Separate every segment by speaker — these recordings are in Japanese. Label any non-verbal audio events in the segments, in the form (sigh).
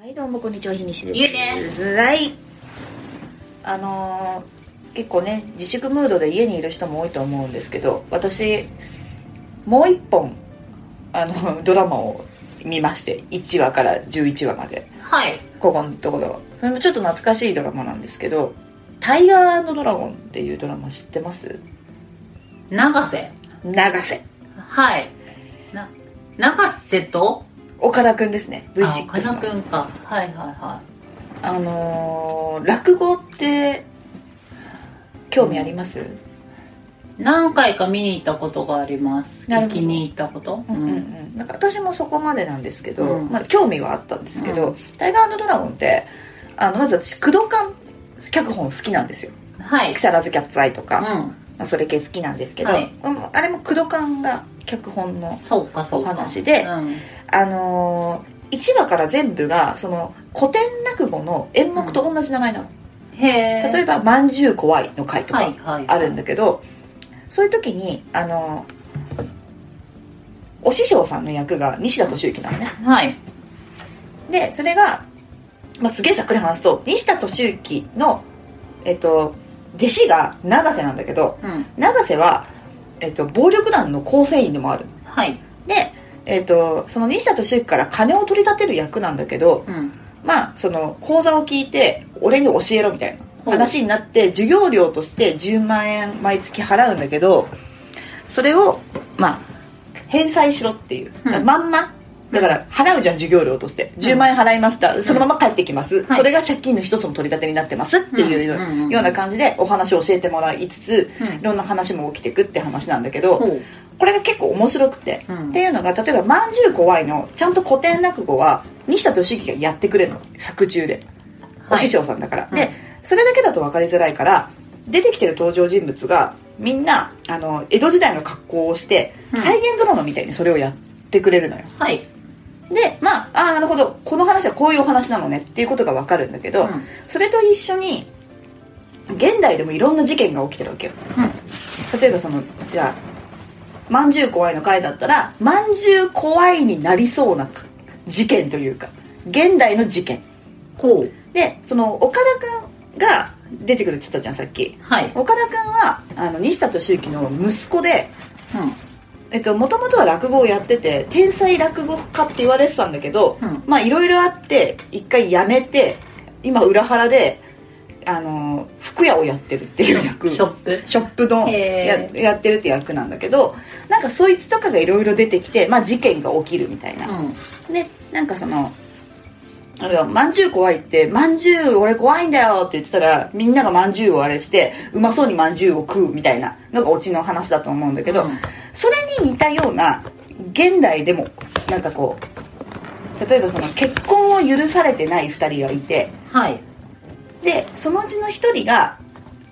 Speaker 1: はいどうもこんにちはひにしです
Speaker 2: ゆうです
Speaker 1: はいあのー結構ね自粛ムードで家にいる人も多いと思うんですけど私もう一本あの (laughs) ドラマを見まして1話から11話まで
Speaker 2: はい。
Speaker 1: ここのところそれもちょっと懐かしいドラマなんですけど「タイガードラゴン」っていうドラマ知ってます
Speaker 2: 長瀬。
Speaker 1: 永瀬
Speaker 2: はい。な、長瀬と
Speaker 1: 岡田くんですね
Speaker 2: あ
Speaker 1: V6 の
Speaker 2: 岡田くんか。はいはいは
Speaker 1: あのー落語って興味あります、
Speaker 2: い。何回か見に行ったことがあります。
Speaker 1: なるほど
Speaker 2: 聞きに行ったこと、
Speaker 1: うんうんうん、なんか私もそこまでなんですけど、
Speaker 2: うん
Speaker 1: まあ、興味はあったんですけど「タイガードラゴン」ってあのまず私工藤館脚本好きなんですよ
Speaker 2: はい。
Speaker 1: 「木更津キャッツアイ」とか、ま
Speaker 2: う
Speaker 1: あ、それ系好きなんですけど、
Speaker 2: はい
Speaker 1: うんあれも工藤館が脚本の
Speaker 2: ん。そうかそ
Speaker 1: お
Speaker 2: うか。
Speaker 1: 話で、
Speaker 2: うん。
Speaker 1: あのー、1話から全部がその古典落語の演目と同じ名前なの、
Speaker 2: へえ。
Speaker 1: 例えば「まんじゅう怖い」の回とか、
Speaker 2: はいはい、
Speaker 1: あるんだけどそういう時にあのお師匠さんの役が西田敏行なのね
Speaker 2: はい。
Speaker 1: でそれが、まあ、すげえざっくり話すと西田敏行の、えっと、弟子が永瀬なんだけど
Speaker 2: うん。
Speaker 1: 永瀬は、えっと、暴力団の構成員でもある
Speaker 2: はい。
Speaker 1: で、えっと、その西田敏行から金を取り立てる役なんだけど
Speaker 2: うん。
Speaker 1: まあその講座を聞いて俺に教えろみたいな話になって授業料として10万円毎月払うんだけどそれをまあ返済しろっていう、
Speaker 2: うん
Speaker 1: まんまだから払うじゃん授業料として10万円払いました、そのまま帰ってきます、
Speaker 2: はい
Speaker 1: それが借金の一つの取り立てになってますっていうよう,、
Speaker 2: うんうんうん
Speaker 1: ような感じでお話を教えてもらいつつ、
Speaker 2: うん
Speaker 1: いろんな話も起きてくって話なんだけど、
Speaker 2: ほう。
Speaker 1: これが結構面白くて、
Speaker 2: うん
Speaker 1: っていうのが例えば「まんじゅう怖い」のちゃんと古典落語は西田敏行がやってくれるの作中で、お師匠さんだから、
Speaker 2: うん
Speaker 1: でそれだけだと分かりづらいから出てきてる登場人物がみんなあの江戸時代の格好をして
Speaker 2: うん
Speaker 1: 再現ドラマみたいにそれをやってくれるのよ
Speaker 2: はい。
Speaker 1: でまああーなるほどこの話はこういうお話なのねっていうことが分かるんだけど、
Speaker 2: うん
Speaker 1: それと一緒に現代でもいろんな事件が起きてるわけよ
Speaker 2: う
Speaker 1: 例えばそのじゃあ「まんじゅう怖い」の回だったら「まんじゅう怖い」になりそうなか事件というか現代の事件
Speaker 2: ん。ほう。
Speaker 1: でその岡田くんが出てくるって言ったじゃんさっき
Speaker 2: はい。
Speaker 1: 岡田くんはあの西田敏行の息子で
Speaker 2: う
Speaker 1: えっともともとは落語をやってて天才落語家って言われてたんだけど、
Speaker 2: うん
Speaker 1: まあいろいろあって一回辞めて今裏腹であの服屋をやってるっていう役
Speaker 2: ん。ショップ。
Speaker 1: ショップのや
Speaker 2: へー
Speaker 1: やってるって役なんだけどなんかそいつとかがいろいろ出てきて、まあ、事件が起きるみたいな、
Speaker 2: うん。
Speaker 1: でなんかその「あれはまんじゅう怖い」って「まんじゅう俺怖いんだよ」って言ってたらみんながまんじゅうをあれしてうまそうにまんじゅうを食うみたいなのがオチの話だと思うんだけど、
Speaker 2: うん
Speaker 1: それに似たような現代でもなんかこう例えばその結婚を許されてない2人がいて。
Speaker 2: はい。
Speaker 1: でそのうちの一人が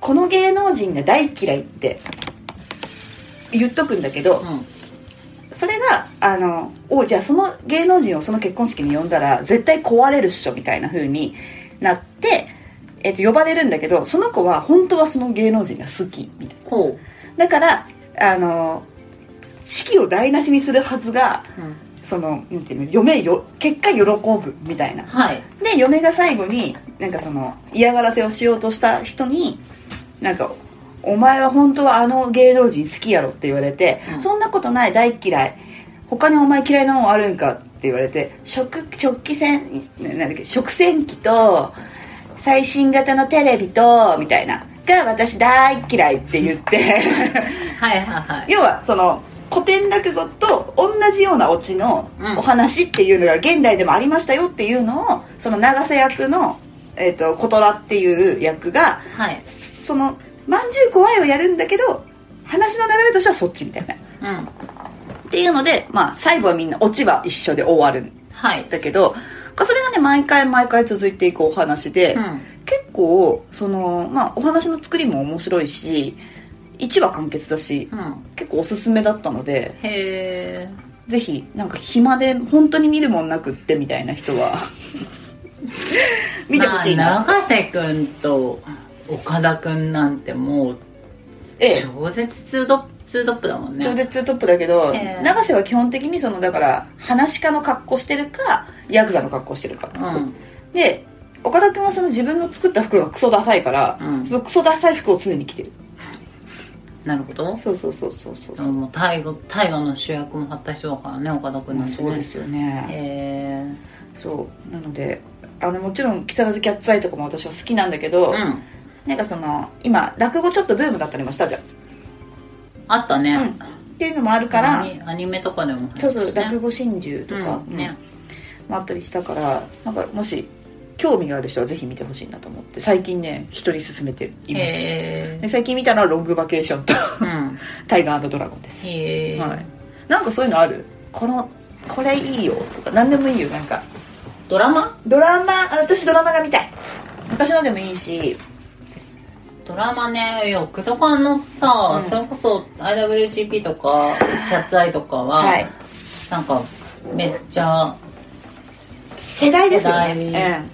Speaker 1: この芸能人が大嫌いって言っとくんだけど、
Speaker 2: うん。
Speaker 1: それがあのおじゃあその芸能人をその結婚式に呼んだら絶対壊れるっしょみたいな風になって、えっと呼ばれるんだけどその子は本当はその芸能人が好きみたい
Speaker 2: ほ
Speaker 1: なだからあの式を台無しにするはずが
Speaker 2: う。うん。
Speaker 1: そのなんていうの嫁よ結果喜ぶみたいな
Speaker 2: はい。
Speaker 1: で嫁が最後になんかその嫌がらせをしようとした人になんかお前は本当はあの芸能人好きやろって言われて、
Speaker 2: うん
Speaker 1: そんなことない大嫌い他にお前嫌いなもんあるんかって言われて食食器洗ななんだっけ食洗機と最新型のテレビとみたいなが私大嫌いって言って
Speaker 2: (laughs) はいはいはい。
Speaker 1: 要はその古典落語と同じようなオチの
Speaker 2: うん
Speaker 1: お話っていうのが現代でもありましたよっていうのをその長瀬役の、えー、と小虎っていう役が
Speaker 2: はい。
Speaker 1: その「まんじゅう怖い」をやるんだけど話の流れとしてはそっちみたいな。っ
Speaker 2: うん。
Speaker 1: ていうので、まあ、最後はみんなオチは一緒で終わるん
Speaker 2: はい。
Speaker 1: だけどそれがね毎回毎回続いていくお話で、
Speaker 2: うん。
Speaker 1: 結構その、まあ、お話の作りも面白いし1話完結だし
Speaker 2: うん。
Speaker 1: 結構おすすめだったので
Speaker 2: へえ。
Speaker 1: ぜひなんか暇で本当に見るもんなくってみたいな人
Speaker 2: (laughs)
Speaker 1: は見てほしいな、
Speaker 2: まあ永瀬君と岡田君なんてもう
Speaker 1: ええ
Speaker 2: 超絶ツートップツートップだもんね
Speaker 1: 超絶ツートップだけど、
Speaker 2: ええ
Speaker 1: 永瀬は基本的にそのだから話し家の格好してるかヤクザの格好してるか、
Speaker 2: うん
Speaker 1: で岡田君はその自分の作った服がクソダサいから、
Speaker 2: うん
Speaker 1: そのクソダサい服を常に着てる
Speaker 2: なるほど
Speaker 1: そうそうそうそうそう
Speaker 2: でももう大河大河の主役も張った人だからね岡田君
Speaker 1: ま
Speaker 2: な
Speaker 1: あ
Speaker 2: んて
Speaker 1: そうで
Speaker 2: ね
Speaker 1: すよね
Speaker 2: へえ
Speaker 1: そうなのであのもちろん木更津キャッツアイとかも私は好きなんだけど、
Speaker 2: うん
Speaker 1: なんかその今落語ちょっとブームだったりもしたじゃん、
Speaker 2: あったね、
Speaker 1: うんっていうのもあるから
Speaker 2: アニアニメとかでも入って
Speaker 1: そう
Speaker 2: る
Speaker 1: そ
Speaker 2: し
Speaker 1: う落語心中とか、
Speaker 2: うんね
Speaker 1: うんもあったりしたからなんかもし興味がある人はぜひ見てほしいなと思って最近ね一人勧めています、
Speaker 2: へ
Speaker 1: で最近見たのはロングバケーションと (laughs)
Speaker 2: えうん
Speaker 1: タイガードラゴンです、
Speaker 2: へえ、
Speaker 1: はい、なんかそういうのあるこのこれいいよとか何でもいいよなんか
Speaker 2: ドラマ
Speaker 1: ドラマあ私ドラマが見たい昔のでもいいし
Speaker 2: ドラマねいや奥田館のさ、
Speaker 1: うん
Speaker 2: それこそ IWGP とかキャッツアイとかは、
Speaker 1: はい
Speaker 2: なんかめっちゃ
Speaker 1: 世代ですよ
Speaker 2: 世
Speaker 1: ね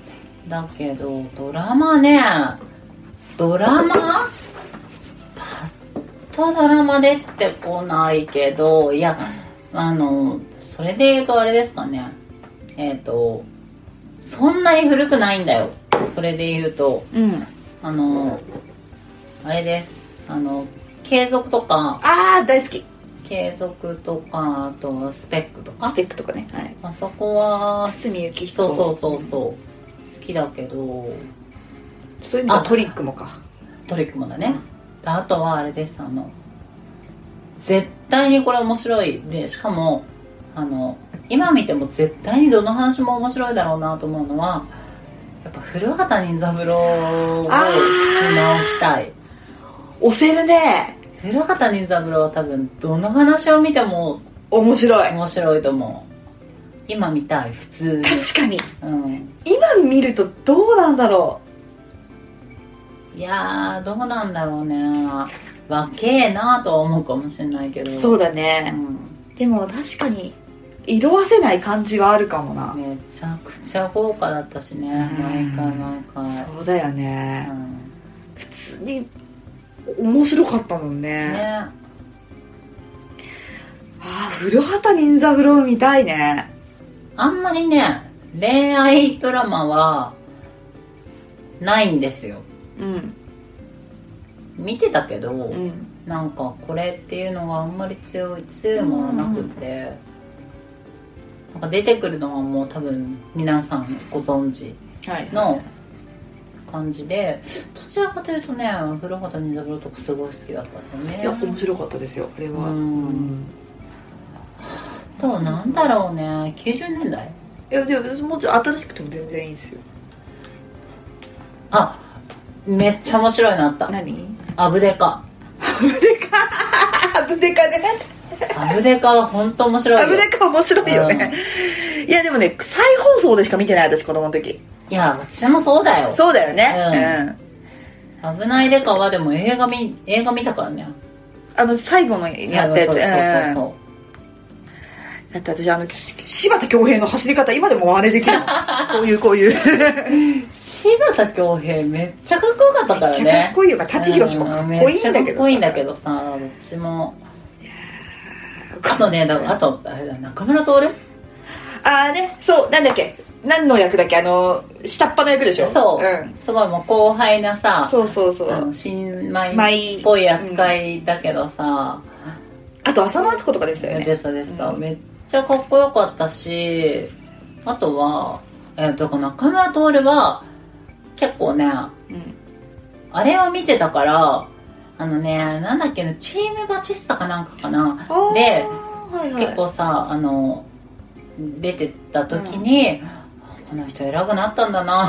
Speaker 2: 代、だけどドラマねドラマパッとドラマ出てこないけどいやあのそれで言うとあれですかねえっ、とそんなに古くないんだよそれで言うと
Speaker 1: うん、うん、
Speaker 2: あのあれですあの継続とか
Speaker 1: ああ大好き
Speaker 2: 継続とかあとはスペックと
Speaker 1: ア
Speaker 2: か
Speaker 1: テックとかねはい
Speaker 2: あそこは
Speaker 1: 堤幸彦
Speaker 2: そうそうそうそう好きだけど
Speaker 1: そういう意味では
Speaker 2: あ
Speaker 1: トリックもか
Speaker 2: トリックもだねであとはあれですあの絶対にこれ面白いでしかもあの今見ても絶対にどの話も面白いだろうなと思うのはやっぱ古畑任三郎を見直したい
Speaker 1: 押せるね
Speaker 2: 古畑任三郎は多分どの話を見ても
Speaker 1: 面白い
Speaker 2: 面白いと思う今見たい普通に、
Speaker 1: 確かに
Speaker 2: うん、
Speaker 1: 今見るとどうなんだろ
Speaker 2: いやーどうなんだろうね若えなとは思うかもしれないけ
Speaker 1: う
Speaker 2: ど
Speaker 1: そうだ
Speaker 2: う
Speaker 1: ね、
Speaker 2: ん
Speaker 1: でも確かに色あせない感じはあるかもな、
Speaker 2: めちゃくちゃ豪華だったしね
Speaker 1: うん
Speaker 2: 毎回毎回、
Speaker 1: そうだよ
Speaker 2: う
Speaker 1: ね、
Speaker 2: ん、
Speaker 1: 普通に面白かったもんね
Speaker 2: ね
Speaker 1: ああ古畑任三郎見たいね
Speaker 2: あんまりね恋愛ドラマはないんですよ
Speaker 1: うん
Speaker 2: 見てたけど、
Speaker 1: うん
Speaker 2: なんかこれっていうのがあんまり強い強いものなくて、なんか出てくるのはもう多分皆さんご存知
Speaker 1: はい
Speaker 2: の感じでどちらかというとね古畑任三郎とかすごい好きだったんだよね
Speaker 1: いや面白かったですよあれは
Speaker 2: うん
Speaker 1: うん
Speaker 2: あとなんだろうね90年代
Speaker 1: いやでももうちょっと新しくても全然いいですよ
Speaker 2: あめっちゃ面白いのあった
Speaker 1: 何
Speaker 2: アブデカ
Speaker 1: あぶでかね
Speaker 2: アブデカは本当面白い
Speaker 1: あ
Speaker 2: よ
Speaker 1: ぶでか面白いよねいやでもね再放送でしか見てない私子供の時
Speaker 2: いや私もそうだよ
Speaker 1: そうだよね
Speaker 2: 危ないデカはでも映画見映画見たからね
Speaker 1: うんあの最後のにやったやつうん
Speaker 2: そうそうそうそう
Speaker 1: だって私あのし柴田恭平の走り方今でも真似できるも
Speaker 2: (laughs)
Speaker 1: んこういうこういう
Speaker 2: 柴田恭平めっちゃかっこよかったからね
Speaker 1: めっちゃかっこいいよ舘ひろしもかっこいいんだけどさ
Speaker 2: うめっちゃかっこいいんだけどさどっちもあとねだからあとあれだ中村徹
Speaker 1: ああねそうなんだっけ何の役だっけあの下っ端の役でしょ
Speaker 2: そう、
Speaker 1: ん
Speaker 2: すごいもう後輩なさ
Speaker 1: そうそうそう
Speaker 2: あの新米っぽい扱いだけどさ、
Speaker 1: あと浅野温子とかですよね
Speaker 2: 出た出た、
Speaker 1: うん
Speaker 2: めっちゃかっこよかったしあとはえー、だから中村徹は結構ね
Speaker 1: うん
Speaker 2: あれを見てたからあのねなんだっけなチームバチスタかなんかかな
Speaker 1: あー
Speaker 2: で
Speaker 1: はいはい
Speaker 2: 結構さあの出てた時に、この人偉くなったんだな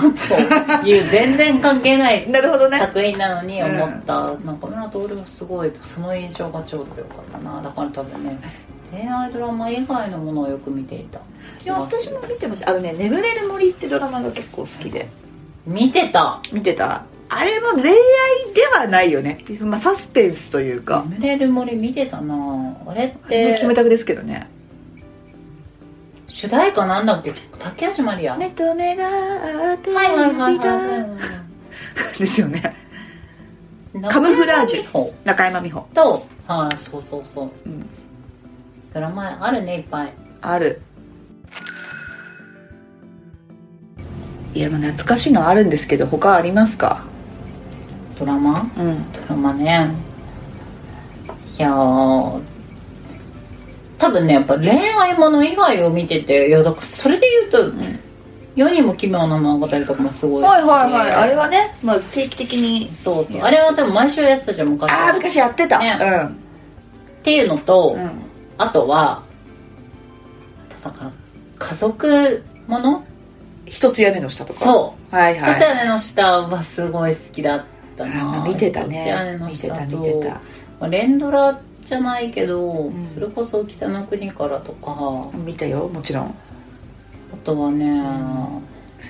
Speaker 2: という全然関係ない
Speaker 1: なるほどね
Speaker 2: 作品なのに思った、中村徹はすごいその印象が超強かったなだから多分ね恋愛ドラマ以外のものをよく見ていた
Speaker 1: いや私も見てましたあのね「眠れる森」ってドラマが結構好きで
Speaker 2: 見てた
Speaker 1: 見てたあれは恋愛ではないよね、まあ、サスペンスという
Speaker 2: 「
Speaker 1: か、
Speaker 2: 眠れる森」見てたなあれっ
Speaker 1: え
Speaker 2: て
Speaker 1: キムタクですけどね
Speaker 2: 主題歌なんだっけ竹橋まりやはい
Speaker 1: 目と目が合って
Speaker 2: はいはいはい
Speaker 1: 涙
Speaker 2: は
Speaker 1: ですよね
Speaker 2: い
Speaker 1: カムフラージュ
Speaker 2: 中山美穂
Speaker 1: 中山美穂
Speaker 2: とはい、そうそうそう
Speaker 1: うん、
Speaker 2: ドラマあるねいっぱい
Speaker 1: あるいやまあ懐かしいのはあるんですけど他ありますか
Speaker 2: ドラマ
Speaker 1: うん
Speaker 2: ドラマねいやー多分ねやっぱ恋愛もの以外を見てていやだからそれで言うと、世にも奇妙な物語とかもすごい好き
Speaker 1: は
Speaker 2: で
Speaker 1: いはいはいあれはね、まあ、定期的に
Speaker 2: そうそうあれはでも毎週やってたじゃん昔
Speaker 1: ああ昔やってた、
Speaker 2: ねっていうのと、
Speaker 1: うん、うん、
Speaker 2: あとはあとだから家族もの
Speaker 1: 一つ屋根の下とか
Speaker 2: そう
Speaker 1: はい
Speaker 2: 「
Speaker 1: は
Speaker 2: 一
Speaker 1: い
Speaker 2: つ屋根の下」はすごい好きだった
Speaker 1: あ
Speaker 2: な
Speaker 1: ー見てた
Speaker 2: 一つ屋根
Speaker 1: ね
Speaker 2: の
Speaker 1: 見て
Speaker 2: 下
Speaker 1: た
Speaker 2: と
Speaker 1: 見てた
Speaker 2: まあ連ドラじゃないけど、
Speaker 1: ん
Speaker 2: それこそ「北の国から」とかあ
Speaker 1: 見たよもちろん
Speaker 2: とはね、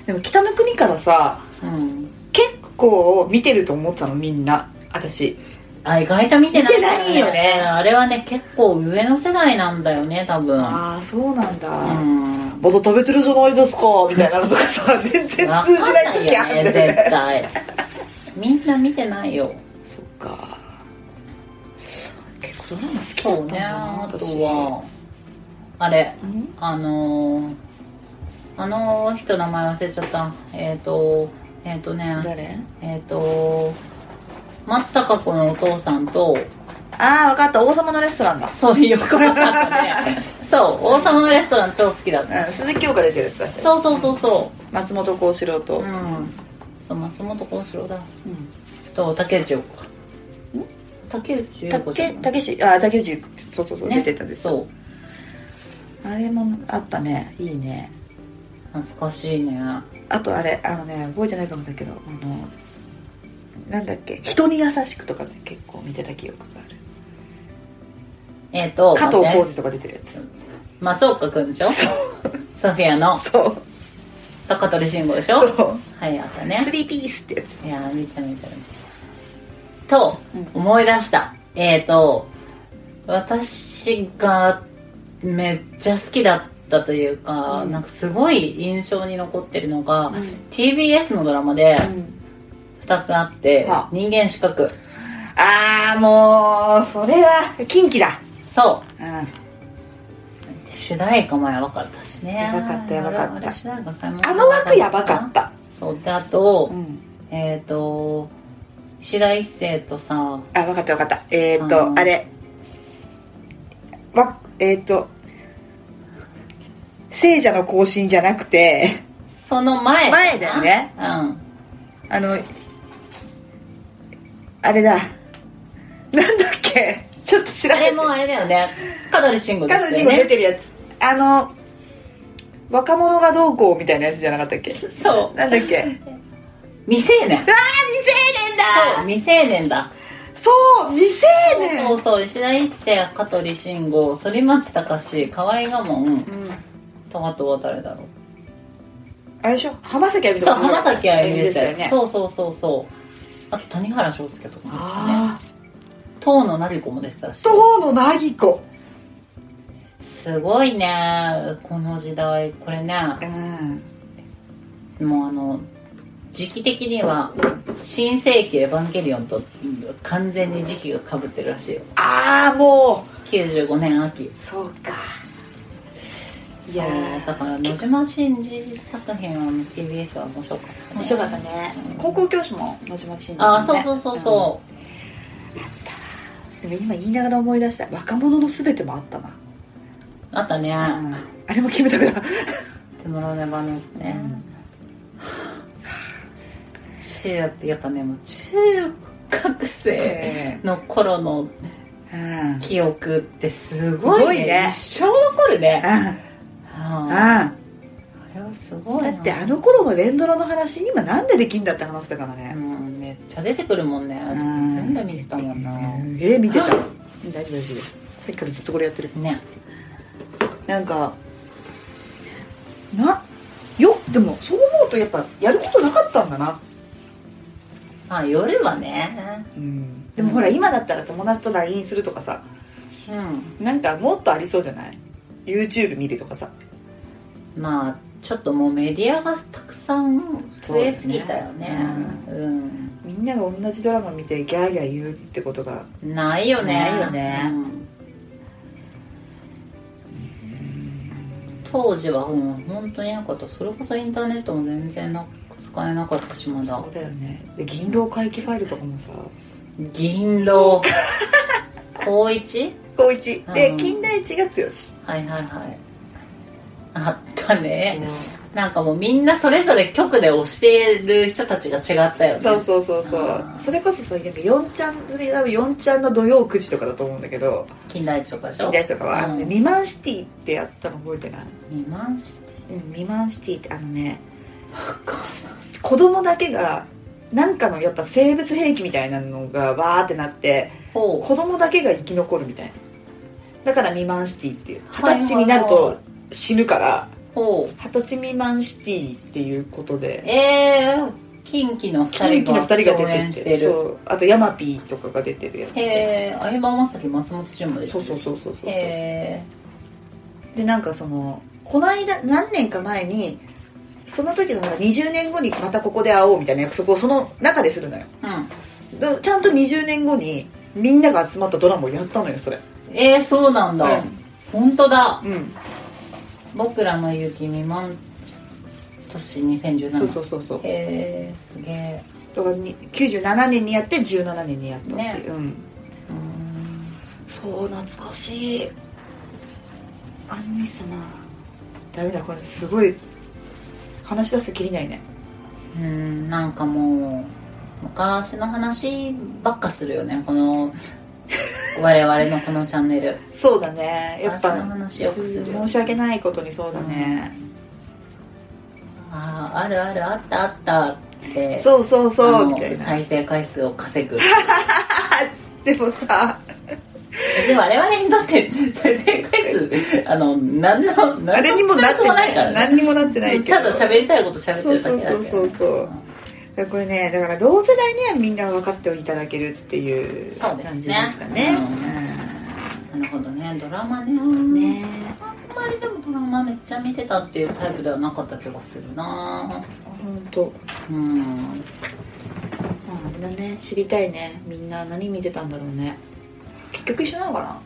Speaker 1: でも北の国からさ
Speaker 2: うん、
Speaker 1: 結構見てると思ってたのみんな私
Speaker 2: あ意外と見てないんだ
Speaker 1: 見てないよね
Speaker 2: あれはね結構上の世代なんだよね多分
Speaker 1: ああそうなんだ、
Speaker 2: うん
Speaker 1: まだ食べてるじゃないですかみたいなのとか
Speaker 2: (laughs)
Speaker 1: さ全然通じ
Speaker 2: わかんな
Speaker 1: ないい
Speaker 2: よ
Speaker 1: 時ある
Speaker 2: ね
Speaker 1: ん
Speaker 2: 絶
Speaker 1: だよね
Speaker 2: 対みんな見てないよ
Speaker 1: そっか結構ドラマ好きだ
Speaker 2: そ
Speaker 1: った
Speaker 2: うん
Speaker 1: だ
Speaker 2: ね
Speaker 1: な
Speaker 2: あと
Speaker 1: 私
Speaker 2: はあれ
Speaker 1: ん
Speaker 2: あのー、あの人名前忘れちゃったえっ、ー、とえっ、ー、とね
Speaker 1: 誰
Speaker 2: えっ、ー、と松たか子のお父さんと
Speaker 1: ああ分かった王様のレストランだ、
Speaker 2: そういう子だっ
Speaker 1: (laughs)
Speaker 2: たねそう王様のレストラン超好きだった
Speaker 1: うん、鈴木京香出てるやつだ
Speaker 2: そうそうそうそ
Speaker 1: 松本幸四郎と、
Speaker 2: ううんそう松本幸四郎だ
Speaker 1: うん
Speaker 2: と竹内陽子か竹内陽子じゃ
Speaker 1: 竹
Speaker 2: ない
Speaker 1: 竹内あー竹内そうそうそう、
Speaker 2: ね
Speaker 1: 出てたんです
Speaker 2: そう
Speaker 1: あれもあったねいいね
Speaker 2: 懐かしいね
Speaker 1: あとあれあのね覚えてないかもだけどあのなんだっけ人に優しくとかね結構見てた記憶がある
Speaker 2: えっ、ー、と
Speaker 1: 加藤
Speaker 2: 待って
Speaker 1: 浩次とか出てるやつ
Speaker 2: 松岡君でしょソフィアの
Speaker 1: そう
Speaker 2: 高取慎吾でしょ
Speaker 1: そう
Speaker 2: はいあったね
Speaker 1: スリーピースってやつ
Speaker 2: いやー見た見た見たと
Speaker 1: うん
Speaker 2: 思い出したえっ、ー、と私がめっちゃ好きだったというか、
Speaker 1: うん
Speaker 2: なんかすごい印象に残ってるのが、
Speaker 1: うん
Speaker 2: TBS のドラマで2つあって、
Speaker 1: はあ
Speaker 2: 人間失格
Speaker 1: ああもうそれは近畿だ
Speaker 2: そう
Speaker 1: うん
Speaker 2: 主題歌もやばかったしね
Speaker 1: やばかったやばかった
Speaker 2: あれ主題歌買い物
Speaker 1: あの枠やばかった
Speaker 2: そうであと、
Speaker 1: うん
Speaker 2: えっ、ー、と石田一生とさ
Speaker 1: あ分かった分かったえっ、ー、
Speaker 2: う
Speaker 1: と
Speaker 2: ん
Speaker 1: あれわえっ、ー、と聖者の行進じゃなくて
Speaker 2: その前
Speaker 1: 前だよね
Speaker 2: うん
Speaker 1: あのあれだなんだっけちょっと知ら
Speaker 2: あ
Speaker 1: ない
Speaker 2: れもあれだよね香取慎吾
Speaker 1: 彼
Speaker 2: よ
Speaker 1: 女にも出てるやつあの若者がどうこうみたいなやつじゃなかったっけ
Speaker 2: そう
Speaker 1: なんだっ
Speaker 2: (laughs)
Speaker 1: けあー未
Speaker 2: 未成年
Speaker 1: 成年
Speaker 2: そう
Speaker 1: だ
Speaker 2: 未成年だ
Speaker 1: そう未成
Speaker 2: そ
Speaker 1: 年
Speaker 2: うそう石田一生香取慎吾反町隆史河合我門
Speaker 1: うん
Speaker 2: とあとは誰だろ
Speaker 1: あれでしょ浜崎あゆみ
Speaker 2: う
Speaker 1: と
Speaker 2: そう
Speaker 1: か
Speaker 2: 浜崎あゆみで
Speaker 1: ですす
Speaker 2: よ
Speaker 1: よ
Speaker 2: ね
Speaker 1: ね
Speaker 2: そうそうそうそうあと谷原章介とかもですね
Speaker 1: ああ
Speaker 2: 遠野なり子も出てたし
Speaker 1: 遠野なぎこ
Speaker 2: すごいねこの時代これね
Speaker 1: うん
Speaker 2: もうあの時期的には「新世紀エヴァンゲリオンと」完全に時期がかぶってるらしいよ
Speaker 1: ああも
Speaker 2: 95年秋
Speaker 1: うそうかい
Speaker 2: い
Speaker 1: やー
Speaker 2: だから野島真司作品は TBS は面白かった、
Speaker 1: 面白かったね高校教師も野島真司
Speaker 2: ああそうそうそうそう
Speaker 1: うんでも今言いながら思い出した若者の全てもあったな
Speaker 2: う、あったね、
Speaker 1: うんあれも決めたから
Speaker 2: 手もろねばねね、中学やっぱねもう中学生の頃の
Speaker 1: (laughs) うん
Speaker 2: 記憶ってすごいね
Speaker 1: すごいね
Speaker 2: 一生残るね、
Speaker 1: うん
Speaker 2: ああ
Speaker 1: だ
Speaker 2: あれはすごいな
Speaker 1: ってあの頃の連ドラの話今なんでできんだって話だから
Speaker 2: う
Speaker 1: ね
Speaker 2: ん、めっちゃ出てくるもんね
Speaker 1: ん
Speaker 2: 全部見てたもんなね
Speaker 1: すげえ見てた (laughs) 大丈夫大丈夫さっきからずっとこれやってるなんかなよでもそう思うとやっぱやることなかったんだな
Speaker 2: あ夜はね
Speaker 1: うんでもほら今だったら友達と LINE するとかさ
Speaker 2: うん
Speaker 1: なんかもっとありそうじゃない YouTube 見るとかさ
Speaker 2: まあちょっともうメディアがたくさん増えすぎたよねう
Speaker 1: みんなが同じドラマ見てギャーギャー言うってことが
Speaker 2: んないよね
Speaker 1: ないよね
Speaker 2: うん当時はもう本当になかったそれこそインターネットも全然な使えなかったしまだ
Speaker 1: そうだよねで銀狼回帰ファイルとかもさ
Speaker 2: 銀狼高一 (laughs)
Speaker 1: 高一
Speaker 2: う
Speaker 1: で
Speaker 2: ん
Speaker 1: 金田一が強し
Speaker 2: はいはいはいあったね
Speaker 1: そ
Speaker 2: なんかもうみんなそれぞれ局で推してる人たちが違ったよね
Speaker 1: うそうそうそ
Speaker 2: あ
Speaker 1: う
Speaker 2: ー
Speaker 1: それこそさなんか四ちゃんそれ多分四ちゃんの土曜9時とかだと思うんだけど
Speaker 2: 金田一とかでし
Speaker 1: 金
Speaker 2: ょ
Speaker 1: 田一とかは、あのね
Speaker 2: うん
Speaker 1: 未満シティってやったの覚えてない
Speaker 2: 見まして
Speaker 1: うん未満シティってあのね
Speaker 2: か
Speaker 1: 子供だけがなんかのやっぱ生物兵器みたいなのがわーってなって
Speaker 2: ほ
Speaker 1: 子供だけが生き残るみたいなだから未満シティっていう二
Speaker 2: はいは
Speaker 1: 十
Speaker 2: い
Speaker 1: 歳になると死ぬから
Speaker 2: うほう
Speaker 1: 二十歳未満シティっていうことで
Speaker 2: えー、近畿の
Speaker 1: キンキ
Speaker 2: 二人
Speaker 1: の
Speaker 2: が
Speaker 1: 2人が
Speaker 2: 共
Speaker 1: 出
Speaker 2: 演
Speaker 1: て
Speaker 2: してて
Speaker 1: て
Speaker 2: る
Speaker 1: そうあとヤマピーとかが出てるやつ
Speaker 2: へえ相葉雅紀松本潤もで
Speaker 1: そうそうそうそうそう
Speaker 2: へ
Speaker 1: でなんかそのこの間何年か前にその時のなんか20年後にまたここで会おうみたいな約束をその中でするのよ
Speaker 2: えうん
Speaker 1: だからちゃんと20年後にみんなが集まったドラマをやったのよそれ
Speaker 2: えー、そうなんだ、
Speaker 1: うん
Speaker 2: 本当だ
Speaker 1: うん
Speaker 2: 僕らの雪未満年2017
Speaker 1: そうそうそうそう
Speaker 2: へえすげえ
Speaker 1: だからに97年にやって17年にやったっていう、
Speaker 2: ね
Speaker 1: うん
Speaker 2: うーん
Speaker 1: そう懐かしいあんミスなダメだこれすごい話し出すときりないね
Speaker 2: うーんなんかもう昔の話ばっかするよねこの我々のこのチャンネル
Speaker 1: そうだね (laughs) やっぱ
Speaker 2: 昔の話よくするよ
Speaker 1: 申し訳ないことにそうだね、
Speaker 2: あああるあるあったあったって
Speaker 1: そうそう
Speaker 2: あ
Speaker 1: そう
Speaker 2: の
Speaker 1: みたいな
Speaker 2: 再生回数を稼ぐ
Speaker 1: でもさ
Speaker 2: で我々にとって再生回数
Speaker 1: (laughs)
Speaker 2: あの何の何の
Speaker 1: 誰にもなっ
Speaker 2: プ
Speaker 1: て
Speaker 2: ラスも
Speaker 1: な
Speaker 2: ないいからね
Speaker 1: 何にもなってないけど
Speaker 2: ただ喋りたいこと喋ってるだけだけどね
Speaker 1: そうそうそうそうこれねだから同世代にはみんな分かっていただけるっていう
Speaker 2: そうですね
Speaker 1: 感じですかね
Speaker 2: うんなるほどねドラマね
Speaker 1: うんね
Speaker 2: あんまりでもドラマめっちゃ見てたっていうタイプではなかった気がするな
Speaker 1: 本当。
Speaker 2: うん
Speaker 1: まああれだね知りたいねみんな何見てたんだろうね結局一緒なのか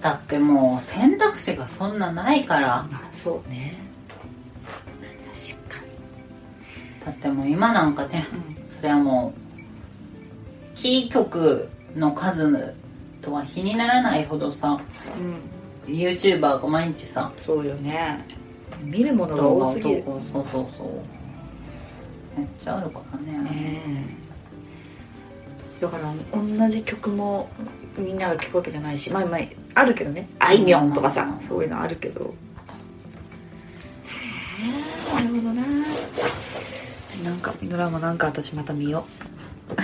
Speaker 2: だってもう選択肢がそんなないから
Speaker 1: なそうね確か
Speaker 2: だってもう今なんかね
Speaker 1: に、
Speaker 2: それはもうキー局の数とは比にならないほどさ
Speaker 1: うん、うん、
Speaker 2: YouTuber が毎日さ
Speaker 1: そうよね見るものが
Speaker 2: 動画
Speaker 1: 多
Speaker 2: を
Speaker 1: す
Speaker 2: 投
Speaker 1: ぎる
Speaker 2: 稿そうそうそうめっちゃあるからね
Speaker 1: ねえだから同じ曲もみんなが聴くわけじゃないしまあまああるけどねあいみょんとかさ
Speaker 2: うん
Speaker 1: そういうのあるけどへえなるほどななんかドラマなんか私また見よう